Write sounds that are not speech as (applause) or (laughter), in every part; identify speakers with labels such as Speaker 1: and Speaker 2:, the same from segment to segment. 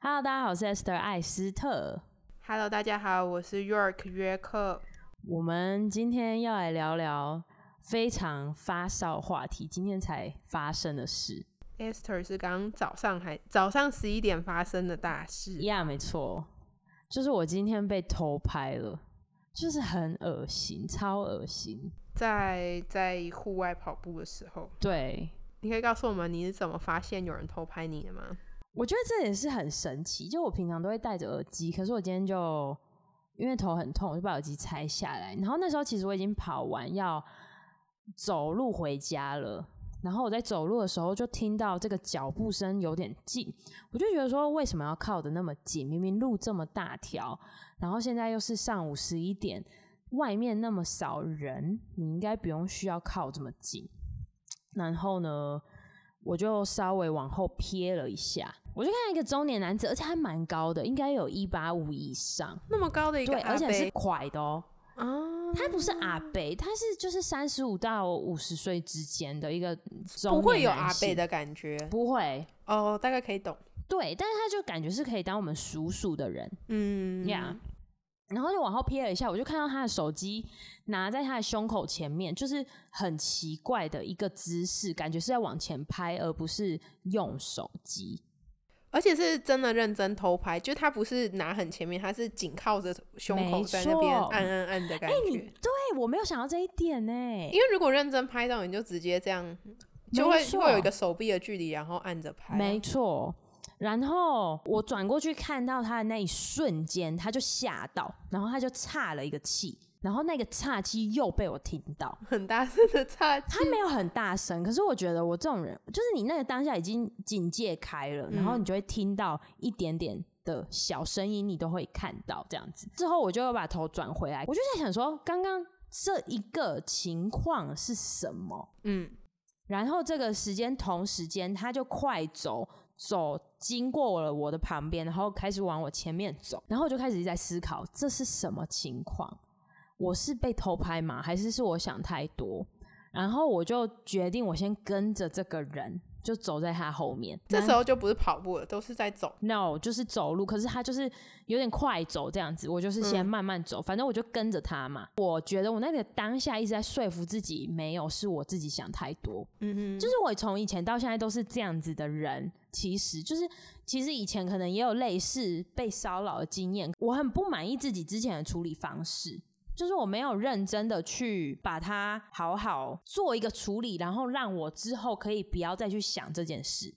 Speaker 1: Hello，大家好，我是 Esther 艾斯特。
Speaker 2: Hello，大家好，我是 York 约克。
Speaker 1: 我们今天要来聊聊非常发烧话题，今天才发生的事。
Speaker 2: Esther 是刚刚早上还早上十一点发生的大事。
Speaker 1: 呀、没错，就是我今天被偷拍了，就是很恶心，超恶心。
Speaker 2: 在在户外跑步的时候，
Speaker 1: 对，
Speaker 2: 你可以告诉我们你是怎么发现有人偷拍你的吗？
Speaker 1: 我觉得这也是很神奇，就我平常都会戴着耳机，可是我今天就因为头很痛，我就把耳机拆下来。然后那时候其实我已经跑完要走路回家了，然后我在走路的时候就听到这个脚步声有点近，我就觉得说为什么要靠得那么近？明明路这么大条，然后现在又是上午十一点，外面那么少人，你应该不用需要靠这么近。然后呢，我就稍微往后瞥了一下，我就看到一个中年男子，而且还蛮高的，应该有一八五以上，
Speaker 2: 那么高的一个
Speaker 1: 对，
Speaker 2: 阿
Speaker 1: 而且是
Speaker 2: 贝
Speaker 1: 快的哦。
Speaker 2: 啊，
Speaker 1: 他不是阿北，他是就是三十五到五十岁之间的一个中
Speaker 2: 不会
Speaker 1: 年
Speaker 2: 有
Speaker 1: 男
Speaker 2: 阿贝
Speaker 1: 性，
Speaker 2: 的感觉
Speaker 1: 不会。
Speaker 2: 哦，大概可以懂。
Speaker 1: 对，但是他就感觉是可以当我们叔叔的人，
Speaker 2: 嗯
Speaker 1: 呀然后就往后瞥了一下，我就看到他的手机拿在他的胸口前面，就是很奇怪的一个姿势，感觉是在往前拍，而不是用手机。
Speaker 2: 而且是真的认真偷拍，就他不是拿很前面，他是紧靠着胸口
Speaker 1: 没
Speaker 2: 在那边
Speaker 1: 错
Speaker 2: 按按按的感
Speaker 1: 哎、你
Speaker 2: 觉。
Speaker 1: 对我没有想到这一点呢、
Speaker 2: 因为如果认真拍到，你就直接这样，就
Speaker 1: 没
Speaker 2: 会
Speaker 1: 错
Speaker 2: 会有一个手臂的距离，然后按着拍啊。
Speaker 1: 没错。然后我转过去看到他的那一瞬间，他就吓到，然后他就岔了一个气，然后那个岔气又被我听 (laughs) 到。
Speaker 2: 很大声的岔气
Speaker 1: 他。没有很大声，可是我觉得我这种人，就是你那个当下已经警戒开了，然后你就会听到一点点的小声音，你都会看到这样子。之后我就把头转回来，我就在想说，刚刚这一个情况是什么？
Speaker 2: 嗯，
Speaker 1: 然后这个时间同时间，他就快走走经过了我的旁边，然后开始往我前面走，然后我就开始一直在思考这是什么情况？我是被偷拍吗？还是是我想太多？然后我就决定，我先跟着这个人，就走在他后面。
Speaker 2: 这时候就不是跑步了，都是在走。
Speaker 1: no 就是走路，可是他就是有点快走这样子，我就是
Speaker 2: 嗯
Speaker 1: 先慢慢走，反正我就跟着他嘛。我觉得我那个当下一直在说服自己，没有是我自己想太多，
Speaker 2: 嗯
Speaker 1: 就是我从以前到现在都是这样子的人，其实就是其实以前可能也有类似被骚扰的经验，我很不满意自己之前的处理方式。就是我没有认真的去把它好好做一个处理，然后让我之后可以不要再去想这件事。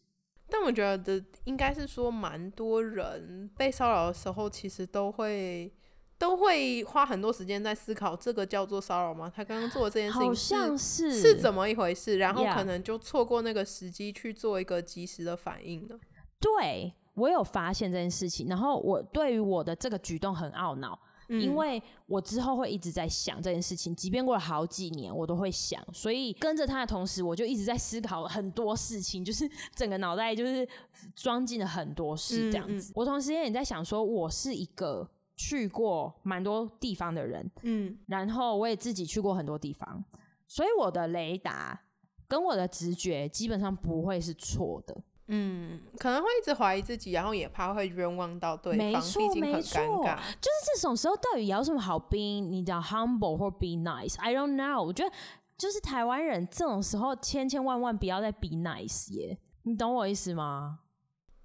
Speaker 2: 但我觉得应该是说，蛮多人被骚扰的时候，其实都会都会花很多时间在思考，这个叫做骚扰吗？他刚刚做的这件事
Speaker 1: 好
Speaker 2: 情是
Speaker 1: 像是
Speaker 2: 是怎么一回事？然后
Speaker 1: Yeah
Speaker 2: 可能就错过那个时机去做一个及时的反应了。
Speaker 1: 对我有发现这件事情，然后我对于我的这个举动很懊恼，
Speaker 2: 嗯
Speaker 1: 因为我之后会一直在想这件事情，即便过了好几年，我都会想。所以跟着他的同时，我就一直在思考很多事情，就是 (laughs) 整个脑袋就是装进了很多事这样子。我同时也在想，说我是一个去过蛮多地方的人，
Speaker 2: 嗯，
Speaker 1: 然后我也自己去过很多地方，所以我的雷达跟我的直觉基本上不会是错的。
Speaker 2: 嗯，可能会一直怀疑自己，然后也怕会冤枉到对
Speaker 1: 没
Speaker 2: 方，
Speaker 1: 错
Speaker 2: 毕竟
Speaker 1: 没
Speaker 2: 很
Speaker 1: 错
Speaker 2: 尴尬。
Speaker 1: 就是这种时候到底有什么好 being？你讲 humble 或 be nice？I don't know。我觉得就是台湾人这种时候千千万万不要再 be nice 耶，你懂我意思吗？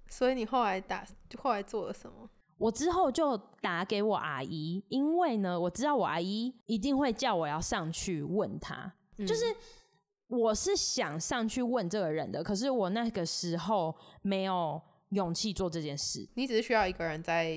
Speaker 2: 所以你后来打，后来做了什么？
Speaker 1: 我之后就打给我阿姨，因为呢，我知道我阿姨一定会叫我要上去问她，就是
Speaker 2: 嗯
Speaker 1: 我是想上去问这个人的，可是我那个时候没有勇气做这件事。
Speaker 2: 你只是需要一个人在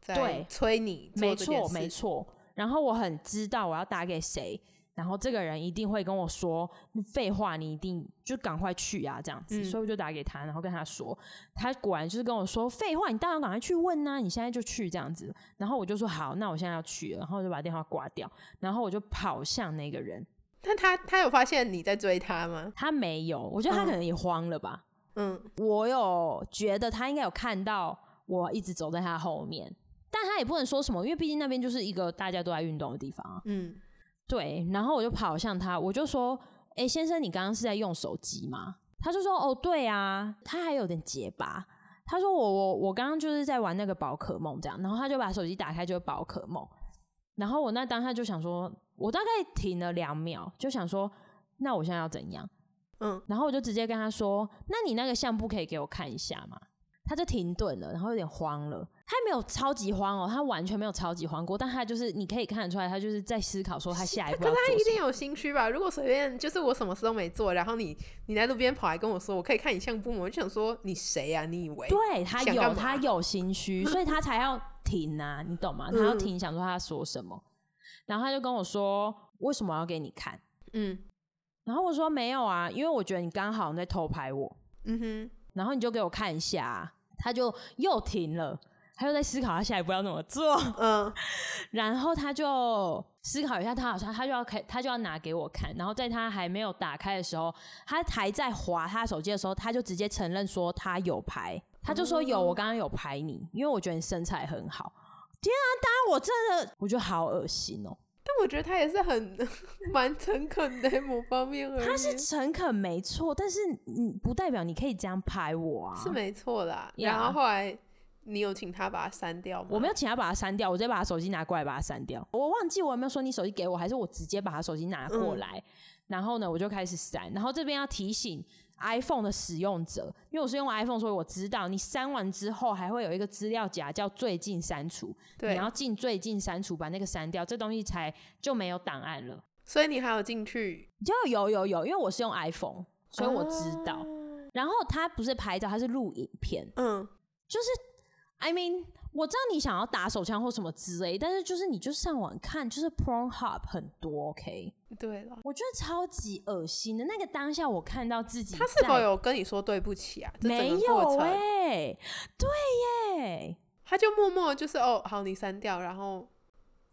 Speaker 2: 在
Speaker 1: 对
Speaker 2: 催你做
Speaker 1: 没
Speaker 2: 这件
Speaker 1: 错，
Speaker 2: 事
Speaker 1: 没错。然后我很知道我要打给谁，然后这个人一定会跟我说嗯废话，你一定就赶快去啊，这样子。
Speaker 2: 嗯
Speaker 1: 所以我就打给他，然后跟他说，他果然就是跟我说废话，你当然赶快去问啊呐、你现在就去这样子。然后我就说好，那我现在要去了，然后我就把电话挂掉，然后我就跑向那个人。
Speaker 2: 但他他有发现你在追他吗？
Speaker 1: 他没有，我觉得他
Speaker 2: 嗯
Speaker 1: 可能也慌了吧。
Speaker 2: 嗯，
Speaker 1: 我有觉得他应该有看到我一直走在他后面，但他也不能说什么，因为毕竟那边就是一个大家都在运动的地方啊。
Speaker 2: 嗯，
Speaker 1: 对，然后我就跑向他，我就说：“哎、先生，你刚刚是在用手机吗？”他就说：“哦，对啊。”他还有点结巴，他说我我我刚刚就是在玩那个宝可梦这样，然后他就把手机打开就是宝可梦，然后我那当下就想说，我大概停了两秒，就想说那我现在要怎样？
Speaker 2: 嗯，
Speaker 1: 然后我就直接跟他说，那你那个相簿可以给我看一下吗？他就停顿了，然后有点慌了。他没有超级慌哦，他完全没有超级慌过，但他就是你可以看得出来，他就是在思考说他下一步
Speaker 2: 可
Speaker 1: 要
Speaker 2: 是
Speaker 1: 做
Speaker 2: 他一
Speaker 1: 什
Speaker 2: 定
Speaker 1: 么。
Speaker 2: 有心虚吧？如果随便就是我什么事都没做，然后你你在路边跑来跟我说，我可以看你相簿吗？我就想说你谁呀、你以为？
Speaker 1: 对他
Speaker 2: 想干
Speaker 1: 有
Speaker 2: 嘛
Speaker 1: 他有心虚，所以他才要停啊，你懂吗？他要
Speaker 2: 嗯
Speaker 1: 停，想说他说什么，然后他就跟我说为什么要给你看？
Speaker 2: 嗯
Speaker 1: 然后我说没有啊，因为我觉得你刚好在偷拍我，
Speaker 2: 嗯哼，
Speaker 1: 然后你就给我看一下啊、他就又停了，他又在思考他下一步要怎么做。
Speaker 2: 嗯 (laughs)
Speaker 1: 然后他就思考一下，他好像他就要开，他就要拿给我看。然后在他还没有打开的时候，他还在划他手机的时候，他就直接承认说他有拍，他就说有，
Speaker 2: 哦
Speaker 1: 我刚刚有拍你，因为我觉得你身材很好。天啊，当然我真的，我觉得好恶心哦。
Speaker 2: 但我觉得他也是很 (laughs) 蛮诚恳的某方面而已，
Speaker 1: 他是诚恳没错，但是你不代表你可以这样拍我啊。
Speaker 2: 是没错啦。
Speaker 1: 呀
Speaker 2: 然后后来你有请他把它删掉吗？
Speaker 1: 我没有请他把它删掉，我直接把他手机拿过来把它删掉。我忘记我有没有说你手机给我，还是我直接把他手机拿过来。然后呢，我就开始删。然后这边要提醒 iPhone 的使用者，因为我是用 iPhone，所以我知道你删完之后还会有一个资料夹叫最近删除，你
Speaker 2: 对，
Speaker 1: 要进最近删除把那个删掉，这东西才就没有档案了。
Speaker 2: 所以你还有进去，
Speaker 1: 就有有有，因为我是用 iPhone，所以我知道。
Speaker 2: 啊
Speaker 1: 然后他不是拍照，他是录影片。
Speaker 2: 嗯，
Speaker 1: 就是 I mean，我知道你想要打手枪或什么之类，但是就是你就上网看，就是 Pornhub 很多，OK？
Speaker 2: 对了，
Speaker 1: 我觉得超级恶心的。那个当下我看到自己
Speaker 2: 他是否
Speaker 1: 在
Speaker 2: 有跟你说对不起啊？这整
Speaker 1: 没
Speaker 2: 个
Speaker 1: 有
Speaker 2: 过
Speaker 1: 哎、
Speaker 2: 程，
Speaker 1: 对耶。
Speaker 2: 他就默默地就是哦，好，你删掉，然后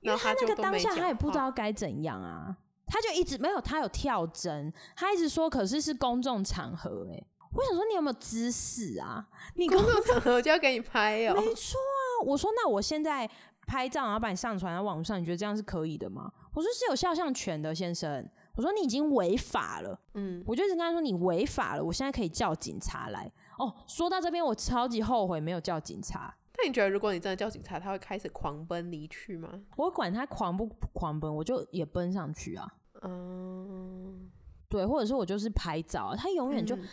Speaker 1: 因
Speaker 2: 然
Speaker 1: 为
Speaker 2: 后
Speaker 1: 他
Speaker 2: 就
Speaker 1: 那个
Speaker 2: 都
Speaker 1: 当
Speaker 2: 没
Speaker 1: 下
Speaker 2: 讲
Speaker 1: 他也不知
Speaker 2: 话。
Speaker 1: 道该怎样啊，他就一直没有，他有跳针，他一直说可是是公众场合哎、我想说你有没有知识啊？你
Speaker 2: 公众场合就要给你拍哦，
Speaker 1: 没错啊，我说那我现在拍照，然后把你上传到网上，你觉得这样是可以的吗？我说是有肖像权的，先生。我说你已经违法了，
Speaker 2: 嗯，
Speaker 1: 我就一直跟他说你违法了，我现在可以叫警察来。哦，说到这边，我超级后悔没有叫警察。
Speaker 2: 那你觉得如果你真的叫警察，他会开始狂奔离去吗？
Speaker 1: 我管他狂不狂奔，我就也奔上去啊。
Speaker 2: 嗯，
Speaker 1: 对，或者是我就是拍照啊、他永远就、
Speaker 2: 嗯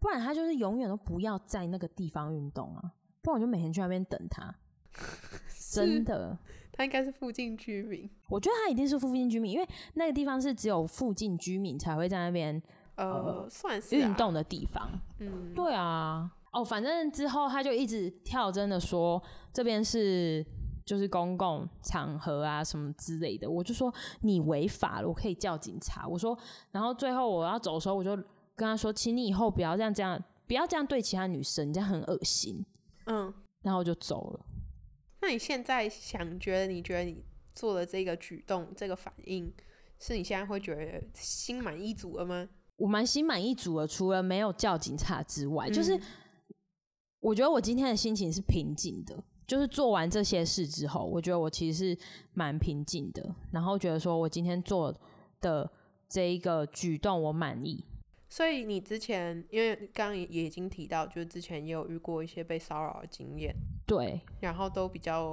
Speaker 1: 不然他就是永远都不要在那个地方运动啊，不然我就每天去那边等他。真的，
Speaker 2: 他应该是附近居民，
Speaker 1: 我觉得他一定是附近居民，因为那个地方是只有附近居民才会在那边
Speaker 2: 呃，算是啊
Speaker 1: 运，哦动的地方。
Speaker 2: 嗯，
Speaker 1: 对啊，哦，反正之后他就一直跳针的说这边是就是公共场合啊什么之类的，我就说你违法了，我可以叫警察。我说，然后最后我要走的时候，我就跟他说，请你以后不要这样这样，不要这样对其他女生，你这样很恶心。
Speaker 2: 嗯，
Speaker 1: 然后我就走了。
Speaker 2: 那你现在想觉得你觉得你做的这个举动，这个反应，是你现在会觉得心满意足了吗？
Speaker 1: 我蛮心满意足的，除了没有叫警察之外，啊就是
Speaker 2: 嗯
Speaker 1: 我觉得我今天的心情是平静的，就是做完这些事之后，我觉得我其实是蛮平静的，然后觉得说我今天做的这一个举动我满意。
Speaker 2: 所以你之前，因为刚刚也也已经提到，就是之前也有遇过一些被骚扰的经验，
Speaker 1: 对
Speaker 2: 然后都比较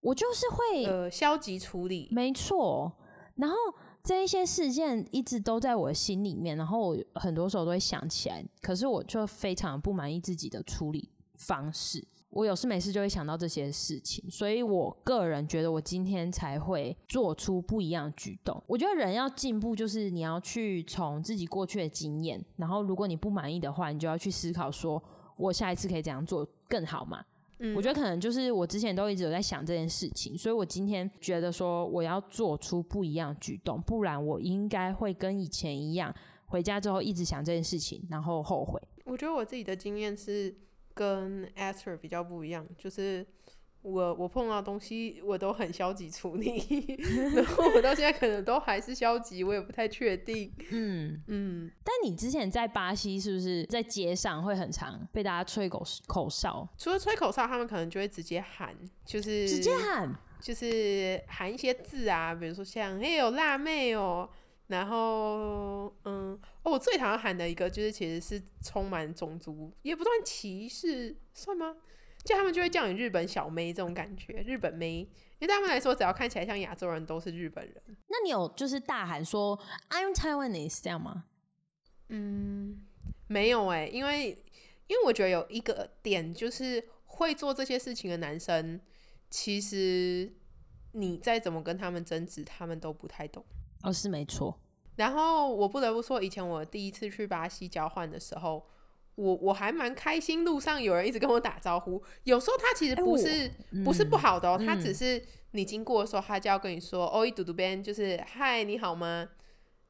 Speaker 1: 我就是会，
Speaker 2: 呃消极处理。
Speaker 1: 没错。然后这一些事件一直都在我的心里面，然后我很多时候都会想起来，可是我就非常不满意自己的处理方式。我有事没事就会想到这些事情，所以我个人觉得我今天才会做出不一样的举动。我觉得人要进步，就是你要去从自己过去的经验，然后如果你不满意的话，你就要去思考说，我下一次可以怎样做更好嘛？
Speaker 2: 嗯
Speaker 1: 我觉得可能就是我之前都一直有在想这件事情，所以我今天觉得说我要做出不一样的举动，不然我应该会跟以前一样，回家之后一直想这件事情，然后后悔。
Speaker 2: 我觉得我自己的经验是跟 Esther 比较不一样，就是我我碰到东西我都很消极处理， (laughs) 然后我到现在可能都还是消极，我也不太确定。
Speaker 1: 嗯，
Speaker 2: 嗯，
Speaker 1: 但你之前在巴西是不是在街上会很常被大家吹口口哨，
Speaker 2: 除了吹口哨，他们可能就会直接喊，就是
Speaker 1: 直接喊？
Speaker 2: 就是喊一些字啊，比如说像“哎呦辣妹哦”，然后，嗯，哦，我最讨厌喊的一个就是，其实是充满种族，也不算歧视，算吗？就他们就会叫你日本小妹这种感觉，日本妹，因为对他们来说，只要看起来像亚洲人都是日本人。
Speaker 3: 那你有就是大喊说 I'm Taiwanese 这样吗？
Speaker 2: 嗯，没有哎、因为因为我觉得有一个点就是会做这些事情的男生，其实你再怎么跟他们争执，他们都不太懂。
Speaker 1: 哦，是没错，
Speaker 2: 然后我不得不说，以前我第一次去巴西交换的时候，我我还蛮开心，路上有人一直跟我打招呼。有时候他其实
Speaker 1: 哎
Speaker 2: 不
Speaker 1: 我
Speaker 2: 是、不是不
Speaker 1: 嗯
Speaker 2: 好的哦，他
Speaker 1: 嗯
Speaker 2: 只是你经过的时候，他就要跟你说“哦，一嘟嘟边”，就是“嗨，你好吗？”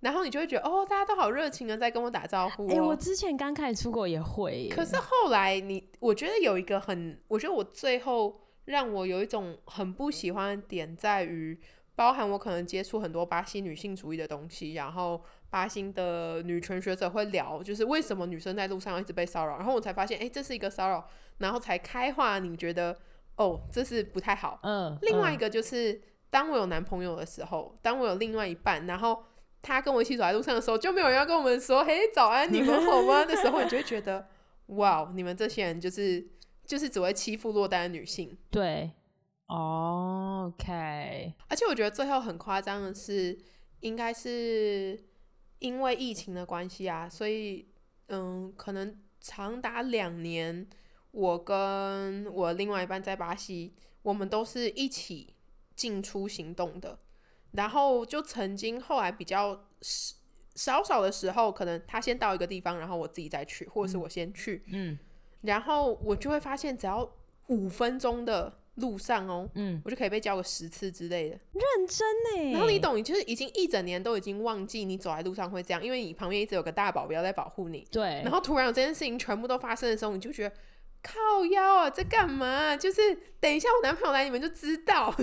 Speaker 2: 然后你就会觉得哦，大家都好热情的在跟我打招呼、哦。
Speaker 1: 哎、我之前刚开始出国也会耶，
Speaker 2: 可是后来你，我觉得有一个很，我觉得我最后让我有一种很不喜欢的点在于，包含我可能接触很多巴西女性主义的东西，然后巴西的女权学者会聊，就是为什么女生在路上一直被骚扰，然后我才发现，哎、这是一个骚扰，然后才开化，你觉得哦，这是不太好。
Speaker 1: 嗯，
Speaker 2: 另外一
Speaker 1: 嗯
Speaker 2: 个就是，当我有男朋友的时候，当我有另外一半，然后他跟我一起走在路上的时候，就没有人要跟我们说“嘿，早安，你们好吗”的时候，你就会觉得，哇，你们这些人就是就是只会欺负落单的女性。
Speaker 1: 对、哦、，OK，
Speaker 2: 而且我觉得最后很夸张的是，应该是因为疫情的关系啊，所以嗯，可能长达两年，我跟我另外一半在巴西，我们都是一起进出行动的。然后就曾经后来比较少少少的时候，可能他先到一个地方，然后我自己再去，或者是我先去，
Speaker 1: 嗯
Speaker 2: 然后我就会发现，只要五分钟的路上哦，
Speaker 1: 嗯，
Speaker 2: 我就可以被叫个十次之类的。
Speaker 1: 认真欸呢。
Speaker 2: 然后你懂，你就是已经一整年都已经忘记你走在路上会这样，因为你旁边一直有个大保镖在保护你。
Speaker 1: 对，
Speaker 2: 然后突然有这件事情全部都发生的时候，你就觉得靠腰啊，在干嘛啊、就是等一下我男朋友来，你们就知道。 (laughs)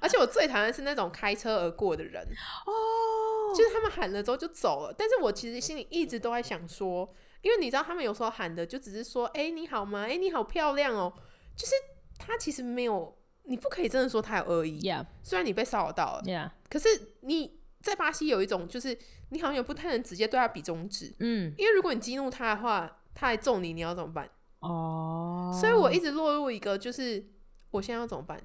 Speaker 2: 而且我最讨厌是那种开车而过的人，
Speaker 1: 哦，
Speaker 2: 就是他们喊了之后就走了。但是我其实心里一直都在想说，因为你知道他们有时候喊的就只是说：“哎、你好吗？哎、你好漂亮哦。”就是他其实没有，你不可以真的说他有恶意。
Speaker 1: yeah
Speaker 2: 虽然你被骚扰到了，
Speaker 1: yeah，
Speaker 2: 可是你在巴西有一种，就是你好像也不太能直接对他比中指，
Speaker 1: 嗯，
Speaker 2: 因为如果你激怒他的话，他还揍你，你要怎么办？
Speaker 1: 哦，
Speaker 2: 所以我一直落入一个就是我现在要怎么办？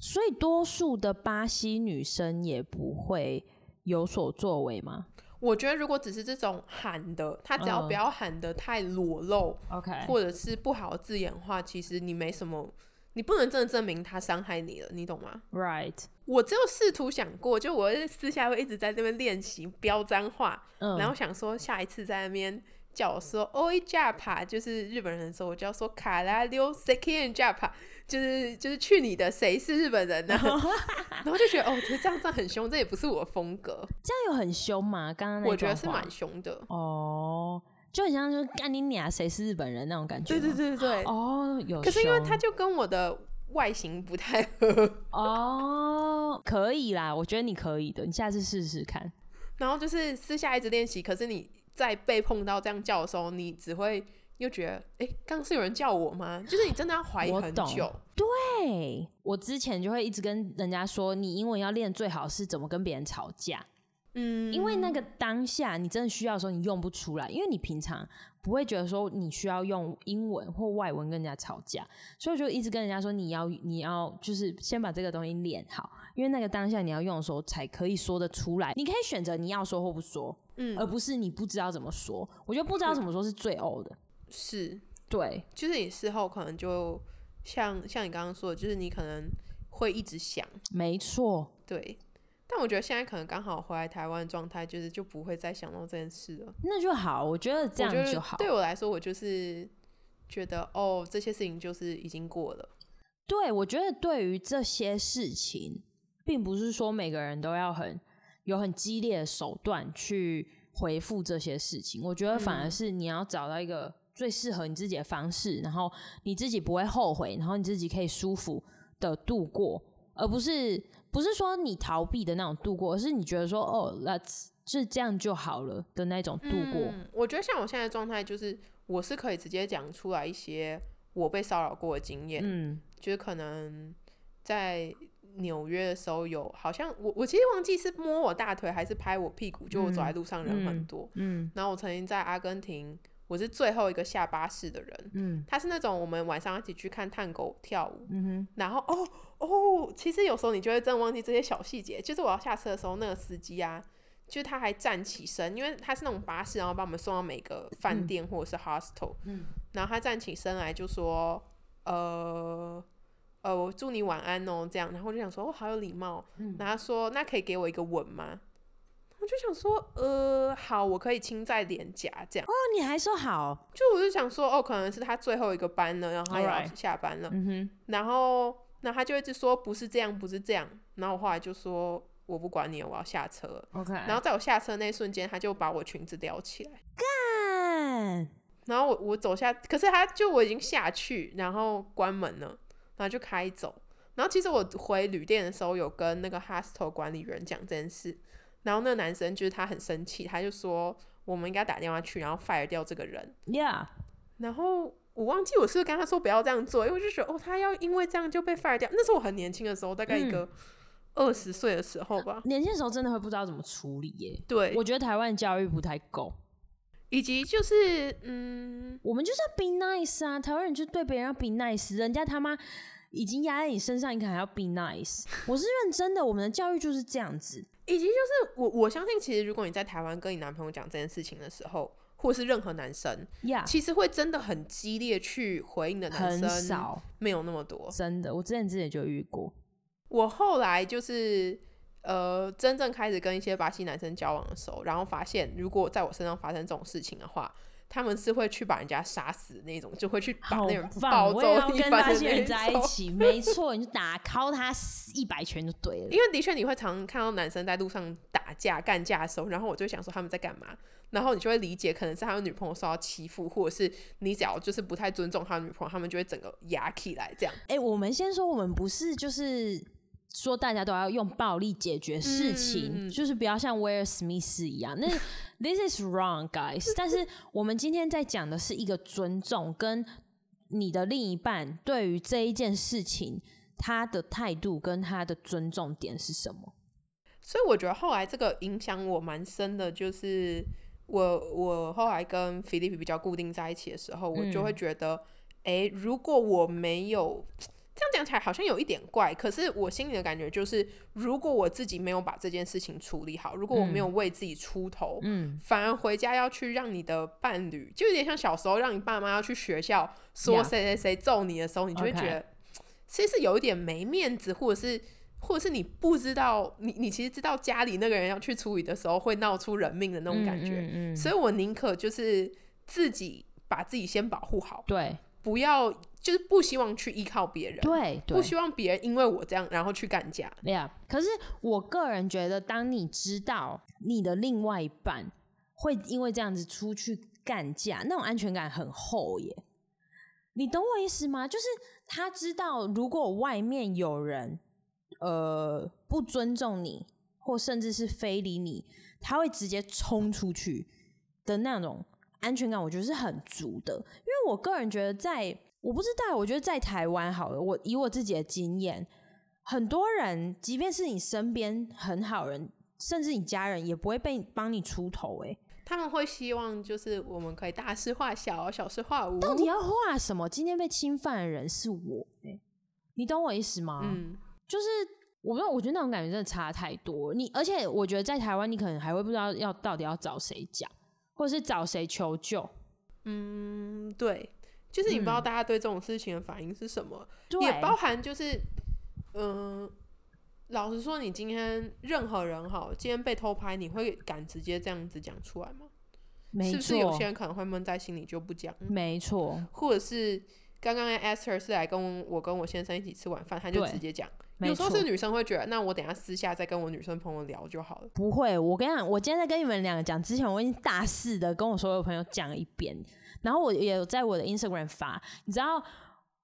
Speaker 1: 所以多数的巴西女生也不会有所作为吗
Speaker 2: 我觉得如果只是这种喊的，他只要
Speaker 1: 嗯哎
Speaker 2: 不要喊的太裸露、
Speaker 1: ？OK，
Speaker 2: 或者是不好的字眼的话，其实你没什么，你不能真的证明他伤害你了，你懂吗？
Speaker 1: Right，
Speaker 2: 我只有试图想过，就我私下会一直在那边练习飙脏话，
Speaker 1: 嗯，
Speaker 2: 然后想说下一次在那边叫我说 “oi japa”，就是日本人的时候，我就要说“卡拉溜 sekin japa”，就是就是去你的，谁是日本人呢？ (laughs) 然后就觉得哦，这这样这样很凶，这也不是我的风格，
Speaker 1: 这样有很凶吗？刚刚那
Speaker 2: 我觉得
Speaker 1: 段
Speaker 2: 是
Speaker 1: 话
Speaker 2: 蛮凶的。
Speaker 1: 哦，就很像就是干你俩谁是日本人那种感觉吗，
Speaker 2: 对对，
Speaker 1: 哦，有凶，
Speaker 2: 可是因为他就跟我的外形不太合， (laughs)
Speaker 1: 哦，可以啦，我觉得你可以的，你下次试试看。
Speaker 2: 然后就是私下一直练习，可是你在被碰到这样叫的时候，你只会又觉得，哎，刚刚是有人叫我吗？就是你真的要怀疑
Speaker 1: 我
Speaker 2: 很
Speaker 1: 懂
Speaker 2: 久。哎
Speaker 1: 对，我之前就会一直跟人家说，你英文要练最好是怎么跟别人吵架，
Speaker 2: 嗯，
Speaker 1: 因为那个当下你真的需要的时候，你用不出来，因为你平常不会觉得说你需要用英文或外文跟人家吵架，所以我就一直跟人家说，你要你要就是先把这个东西练好，因为那个当下你要用的时候才可以说得出来。你可以选择你要说或不说，
Speaker 2: 嗯
Speaker 1: 而不是你不知道怎么说。我觉得不知道怎么说是最欧的，
Speaker 2: 是。
Speaker 1: 对，
Speaker 2: 就是你事后可能就像像你刚刚说的，就是你可能会一直想，
Speaker 1: 没错。
Speaker 2: 对。但我觉得现在可能刚好回来台湾的状态，就是就不会再想到这件事了。
Speaker 1: 那就好，我觉得这
Speaker 2: 我觉
Speaker 1: 样
Speaker 2: 得
Speaker 1: 就好。
Speaker 2: 对我来说，我就是觉得哦，这些事情就是已经过了。
Speaker 1: 对，我觉得对于这些事情，并不是说每个人都要很有很激烈的手段去回复这些事情。我觉得反而
Speaker 2: 嗯
Speaker 1: 是你要找到一个最适合你自己的方式，然后你自己不会后悔，然后你自己可以舒服的度过，而不是不是说你逃避的那种度过，而是你觉得说哦，that's 是这样就好了的那种度过。
Speaker 2: 嗯我觉得像我现在的状态，就是我是可以直接讲
Speaker 3: 嗯
Speaker 2: 出来一些我被骚扰过的经验，
Speaker 1: 嗯
Speaker 2: 就是可能在纽约的时候有，好像我我其实忘记是摸我大腿还是拍我屁股，就我走在路上人很多。
Speaker 1: 嗯
Speaker 2: 然后我曾经在阿根廷，我是最后一个下巴士的人。
Speaker 1: 嗯
Speaker 2: 他是那种我们晚上一起去看探狗跳舞，
Speaker 1: 嗯哼，
Speaker 2: 然后哦哦，其实有时候你就会真的忘记这些小细节。就是我要下车的时候，那个司机啊，就是他还站起身，因为他是那种巴士，然后把我们送到每个
Speaker 1: 嗯
Speaker 2: 饭店或者是 hostel，
Speaker 3: 嗯
Speaker 2: 然后他站起身来就说，呃呃，我祝你晚安哦，这样。然后我就想说，哦，好有礼貌。
Speaker 3: 嗯
Speaker 2: 然后他说，那可以给我一个吻吗？我就想说，呃，好，我可以亲在脸颊这样。
Speaker 3: 哦，你还说好，
Speaker 2: 就我就想说，哦，可能是他最后一个班了，然后他也要
Speaker 1: Alright
Speaker 2: 下班了。
Speaker 1: 嗯哼，
Speaker 2: 然后，那他就一直说不是这样，不是这样。然后我后来就说我不管你了，我要下车了。
Speaker 1: OK，
Speaker 2: 然后在我下车那一瞬间，他就把我裙子撩起来。
Speaker 3: 看
Speaker 2: 然后我我走下，可是他就我已经下去，然后关门了，然后就开走。然后其实我回旅店的时候有跟那个 hostel 管理员讲这件事，然后那个男生就是他很生气，他就说我们应该打电话去，然后 fire 掉这个人。
Speaker 1: ，Yeah，
Speaker 2: 然后我忘记我是不是跟他说不要这样做，因为我就觉得哦，他要因为这样就被 fire 掉。那是我很年轻的时候，大概一个二十岁的时候吧。
Speaker 1: 年轻的时候真的会不知道怎么处理耶。
Speaker 2: 对
Speaker 1: 我，觉得台湾教育不太够，
Speaker 2: 以及就是嗯，
Speaker 1: 我们就是要 be nice 啊，台湾人就对别人要 be nice，人家他妈已经压在你身上，你可还要 be
Speaker 2: (laughs)
Speaker 1: nice。我是认真的，我们的教育就是这样子。
Speaker 2: 以及就是我我相信，其实如果你在台湾跟你男朋友讲这件事情的时候，或是任何男生，
Speaker 1: 呀、
Speaker 2: 其实会真的很激烈去回应的男
Speaker 1: 啊很
Speaker 2: 生哦
Speaker 1: 少，
Speaker 2: 没有那么多。
Speaker 1: 真的，我之前之前就有遇过。
Speaker 2: 我后来就是呃，真正开始跟一些巴西男生交往的时候，然后发现，如果在我身上发生这种事情的话，他们是会去把人家杀死的那种，就会去把
Speaker 1: 好
Speaker 2: 那人暴
Speaker 1: 棒！
Speaker 2: 揍
Speaker 1: 我也要
Speaker 2: 一
Speaker 1: 跟
Speaker 2: 番
Speaker 1: 那
Speaker 2: 的
Speaker 1: 些
Speaker 2: 那
Speaker 1: 人在一
Speaker 2: 种。
Speaker 1: 起，没错，你就打 call 他一百拳就对了。
Speaker 2: (laughs) 因为的确你会常常看到男生在路上打架、干架的时候，然后我就会想说他们在干嘛，然后你就会理解，可能是他们女朋友受到欺负，或者是你只要就是不太尊重他女朋友，他们就会整个压起来这样。
Speaker 1: 哎、我们先说，我们不是就是说大家都要用暴力解决事情，
Speaker 2: 嗯嗯嗯
Speaker 1: 就是不要像威尔史密斯一
Speaker 2: (laughs)
Speaker 1: 样。那 this is wrong, guys 。但是我们今天在讲的是一个尊重，跟你的另一半对于这一件事情他的态度跟他的尊重点是什么？
Speaker 2: 所以我觉得后来这个影响我蛮深的，就是我我后来跟菲利比比较固定在一起的时候，我就
Speaker 1: 嗯
Speaker 2: 会觉得，诶，如果我没有这样讲起来好像有一点怪，可是我心里的感觉就是，如果我自己没有把这件事情处理好，如果我没有为自己出头，
Speaker 1: 嗯，
Speaker 2: 反而回家要去让你的伴侣，就有点像小时候让你爸妈要去学校说
Speaker 1: Yeah
Speaker 2: 谁谁谁揍你的时候，你就会觉
Speaker 1: OK
Speaker 2: 得其实是有一点没面子，或者是或者是你不知道，你你其实知道家里那个人要去处理的时候会闹出人命的那种感觉，
Speaker 1: 嗯嗯嗯
Speaker 2: 所以我宁可就是自己把自己先保护好，
Speaker 1: 对
Speaker 2: 不要就是不希望去依靠别人，
Speaker 1: 对对
Speaker 2: 不，希望别人因为我这样然后去干架。
Speaker 1: Yeah，可是我个人觉得，当你知道你的另外一半会因为这样子出去干架，那种安全感很厚耶。你懂我意思吗？就是他知道，如果外面有人呃不尊重你，或甚至是非礼你，他会直接冲出去的那种安全感，我觉得是很足的。因为我个人觉得在，我不知道，我觉得在台湾好了，我以我自己的经验，很多人，即便是你身边很好人，甚至你家人，也不会被帮你出头、欸。
Speaker 2: 他们会希望就是我们可以大事化小，小事化无。
Speaker 1: 到底要画什么？今天被侵犯的人是我、欸，你懂我意思吗？
Speaker 2: 嗯，
Speaker 1: 就是我不知道，我觉得那种感觉真的差太多。你而且我觉得在台湾，你可能还会不知道要到底要找谁讲，或者是找谁求救。
Speaker 2: 嗯，对，就是你不知
Speaker 1: 嗯
Speaker 2: 道大家对这种事情的反应是什么，
Speaker 1: 对，
Speaker 2: 也包含就是，嗯、老实说，你今天任何人好，今天被偷拍，你会敢直接这样子讲出来吗？
Speaker 1: 没错，
Speaker 2: 是不是有些人可能会闷在心里就不讲，
Speaker 1: 没错，
Speaker 2: 或者是刚刚 Esther 是来跟我跟我先生一起吃晚饭，他就
Speaker 1: 对
Speaker 2: 直接讲。
Speaker 1: 没
Speaker 2: 有时候
Speaker 1: 错
Speaker 2: 是女生会觉得，那我等一下私下再跟我女生朋友聊就好了。
Speaker 1: 不会，我跟你讲，我今天在跟你们两个讲之前，我已经大肆的跟我所有朋友讲一遍，然后我也有在我的 Instagram 发。你知道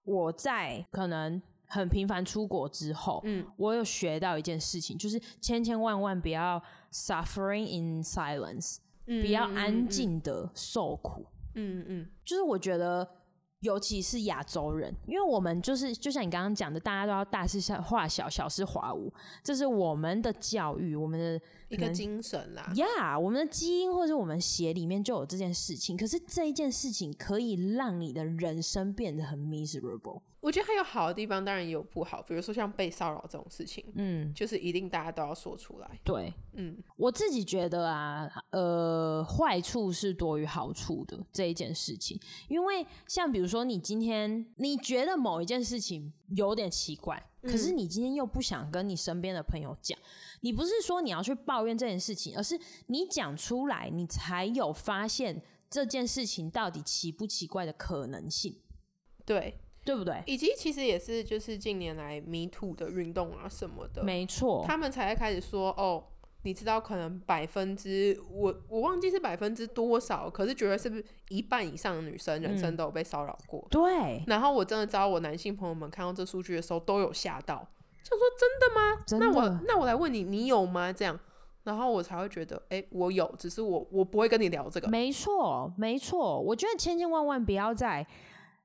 Speaker 1: 我在可能很频繁出国之后，
Speaker 2: 嗯，
Speaker 1: 我有学到一件事情，就是千千万万不要 suffering in silence，
Speaker 2: 嗯
Speaker 1: 不要
Speaker 2: 嗯嗯
Speaker 1: 安
Speaker 2: 嗯
Speaker 1: 静的受苦。
Speaker 2: 嗯嗯嗯，
Speaker 1: 就是我觉得尤其是亚洲人，因为我们就是就像你刚刚讲的，大家都要大事小化小，小事化无，这是我们的教育，我们的
Speaker 2: 一
Speaker 1: 可
Speaker 2: 个
Speaker 1: 能
Speaker 2: 精神啦。
Speaker 1: 呀我们的基因或是我们血里面就有这件事情。可是这一件事情可以让你的人生变得很 miserable。
Speaker 2: 我觉得它有好的地方，当然也有不好，比如说像被骚扰这种事情，
Speaker 1: 嗯，
Speaker 2: 就是一定大家都要说出来。
Speaker 1: 对，
Speaker 2: 嗯，
Speaker 1: 我自己觉得啊，呃，坏处是多于好处的这一件事情，因为像比如说，你今天你觉得某一件事情有点奇怪，可
Speaker 2: 嗯
Speaker 1: 是你今天又不想跟你身边的朋友讲，你不是说你要去抱怨这件事情，而是你讲出来，你才有发现这件事情到底奇不奇怪的可能性，
Speaker 2: 对，
Speaker 1: 对不对？
Speaker 2: 以及其实也是就是近年来迷途的运动啊什么的，
Speaker 1: 没错，
Speaker 2: 他们才会开始说哦，你知道可能百分之我我忘记是百分之多少，可是觉得是不是一半以上的女生人
Speaker 1: 嗯
Speaker 2: 生都有被骚扰过。
Speaker 1: 对，
Speaker 2: 然后我真的知道，我男性朋友们看到这数据的时候都有吓到，想说真
Speaker 1: 真
Speaker 2: 那我
Speaker 1: 的，
Speaker 2: 那我来问你，你有吗？这样，然后我才会觉得，哎、我有，只是我我不会跟你聊这个。
Speaker 1: 没错，没错，我觉得千千万万不要在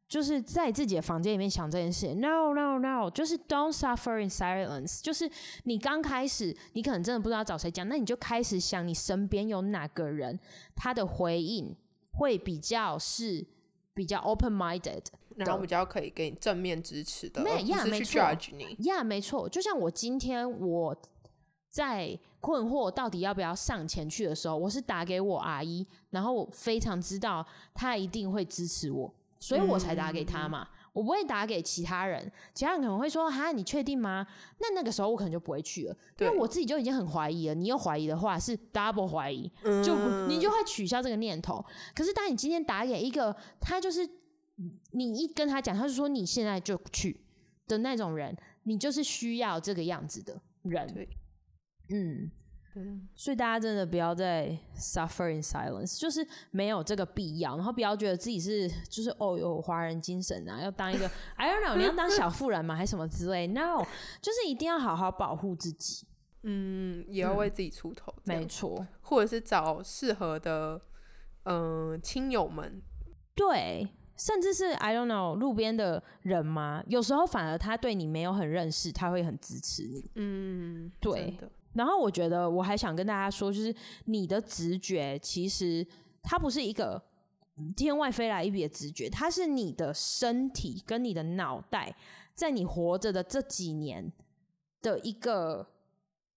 Speaker 1: 就是在自己的房间里面想这件事。No no no，就是 don't suffer in silence。就是你刚开始，你可能真的不知道找谁讲，那你就开始想你身边有哪个人，他的回应会比较是比较 open minded。
Speaker 2: 然后比较可以给你正面支持的，
Speaker 1: 没
Speaker 2: 而不
Speaker 1: 呀
Speaker 2: 是
Speaker 1: 没
Speaker 2: 去
Speaker 1: 错
Speaker 2: judge 你。
Speaker 1: 呀没错，就像我今天我在困惑到底要不要上前去的时候，我是打给我阿姨，然后我非常知道她一定会支持我，所以我才打给她嘛。我不会打给其他人，其他人可能会说：“哈，你确定吗？”那那个时候我可能就不会去了，因为
Speaker 2: 对
Speaker 1: 我自己就已经很怀疑了。你又怀疑的话，是 double 怀疑，
Speaker 2: 嗯
Speaker 1: 就不你就会取消这个念头。可是当你今天打给一个他就是你一跟他讲，他就说你现在就去的那种人，你就是需要这个样子的人。
Speaker 2: 对，
Speaker 1: 嗯，
Speaker 2: 嗯，
Speaker 1: 所以大家真的不要再 suffer in silence，就是没有这个必要，然后不要觉得自己是就是哦有华人精神啊，要当一个 I don't know，你要当小妇人吗，还是什么之类？No，就是一定要好好保护自 (laughs) 己。
Speaker 2: 嗯，也要为自己出头，这样
Speaker 1: 没错，
Speaker 2: 或者是找适合的，嗯、亲友们。
Speaker 1: 对，甚至是 I don't know 路边的人嘛，有时候反而他对你没有很认识，他会很支持你。
Speaker 2: 嗯，
Speaker 1: 对
Speaker 2: 真的，
Speaker 1: 然后我觉得我还想跟大家说，就是你的直觉其实它不是一个嗯天外飞来一笔的直觉，它是你的身体跟你的脑袋在你活着的这几年的一个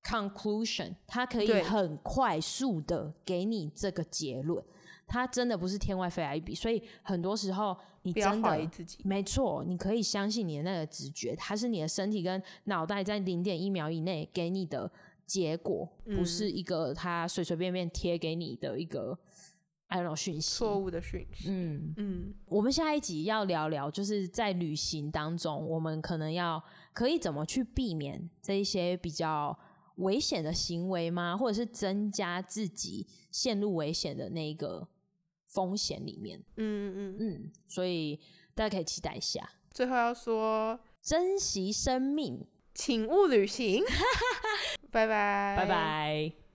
Speaker 1: conclusion，它可以
Speaker 2: 对
Speaker 1: 很快速的给你这个结论。它真的不是天外飞来一笔，所以很多时候你
Speaker 2: 不要
Speaker 1: 真的嗯
Speaker 2: 怀疑自己。
Speaker 1: 没错，你可以相信你的那个直觉，它是你的身体跟脑袋在零点一秒以内给你的结果，不
Speaker 2: 嗯
Speaker 1: 是一个它随随便便贴给你的一个 I don't know 讯息。
Speaker 2: 错误的讯息。
Speaker 1: 嗯，
Speaker 2: 嗯，
Speaker 1: 我们下一集要聊聊，就是在旅行当中，我们可能要可以怎么去避免这一些比较危险的行为吗？或者是增加自己陷入危险的那个风险里面？
Speaker 2: 嗯嗯嗯。
Speaker 1: 嗯，所以大家可以期待一下。
Speaker 2: 最后要说，
Speaker 1: 珍惜生命。
Speaker 2: 请勿旅行。拜拜，
Speaker 1: 拜。拜。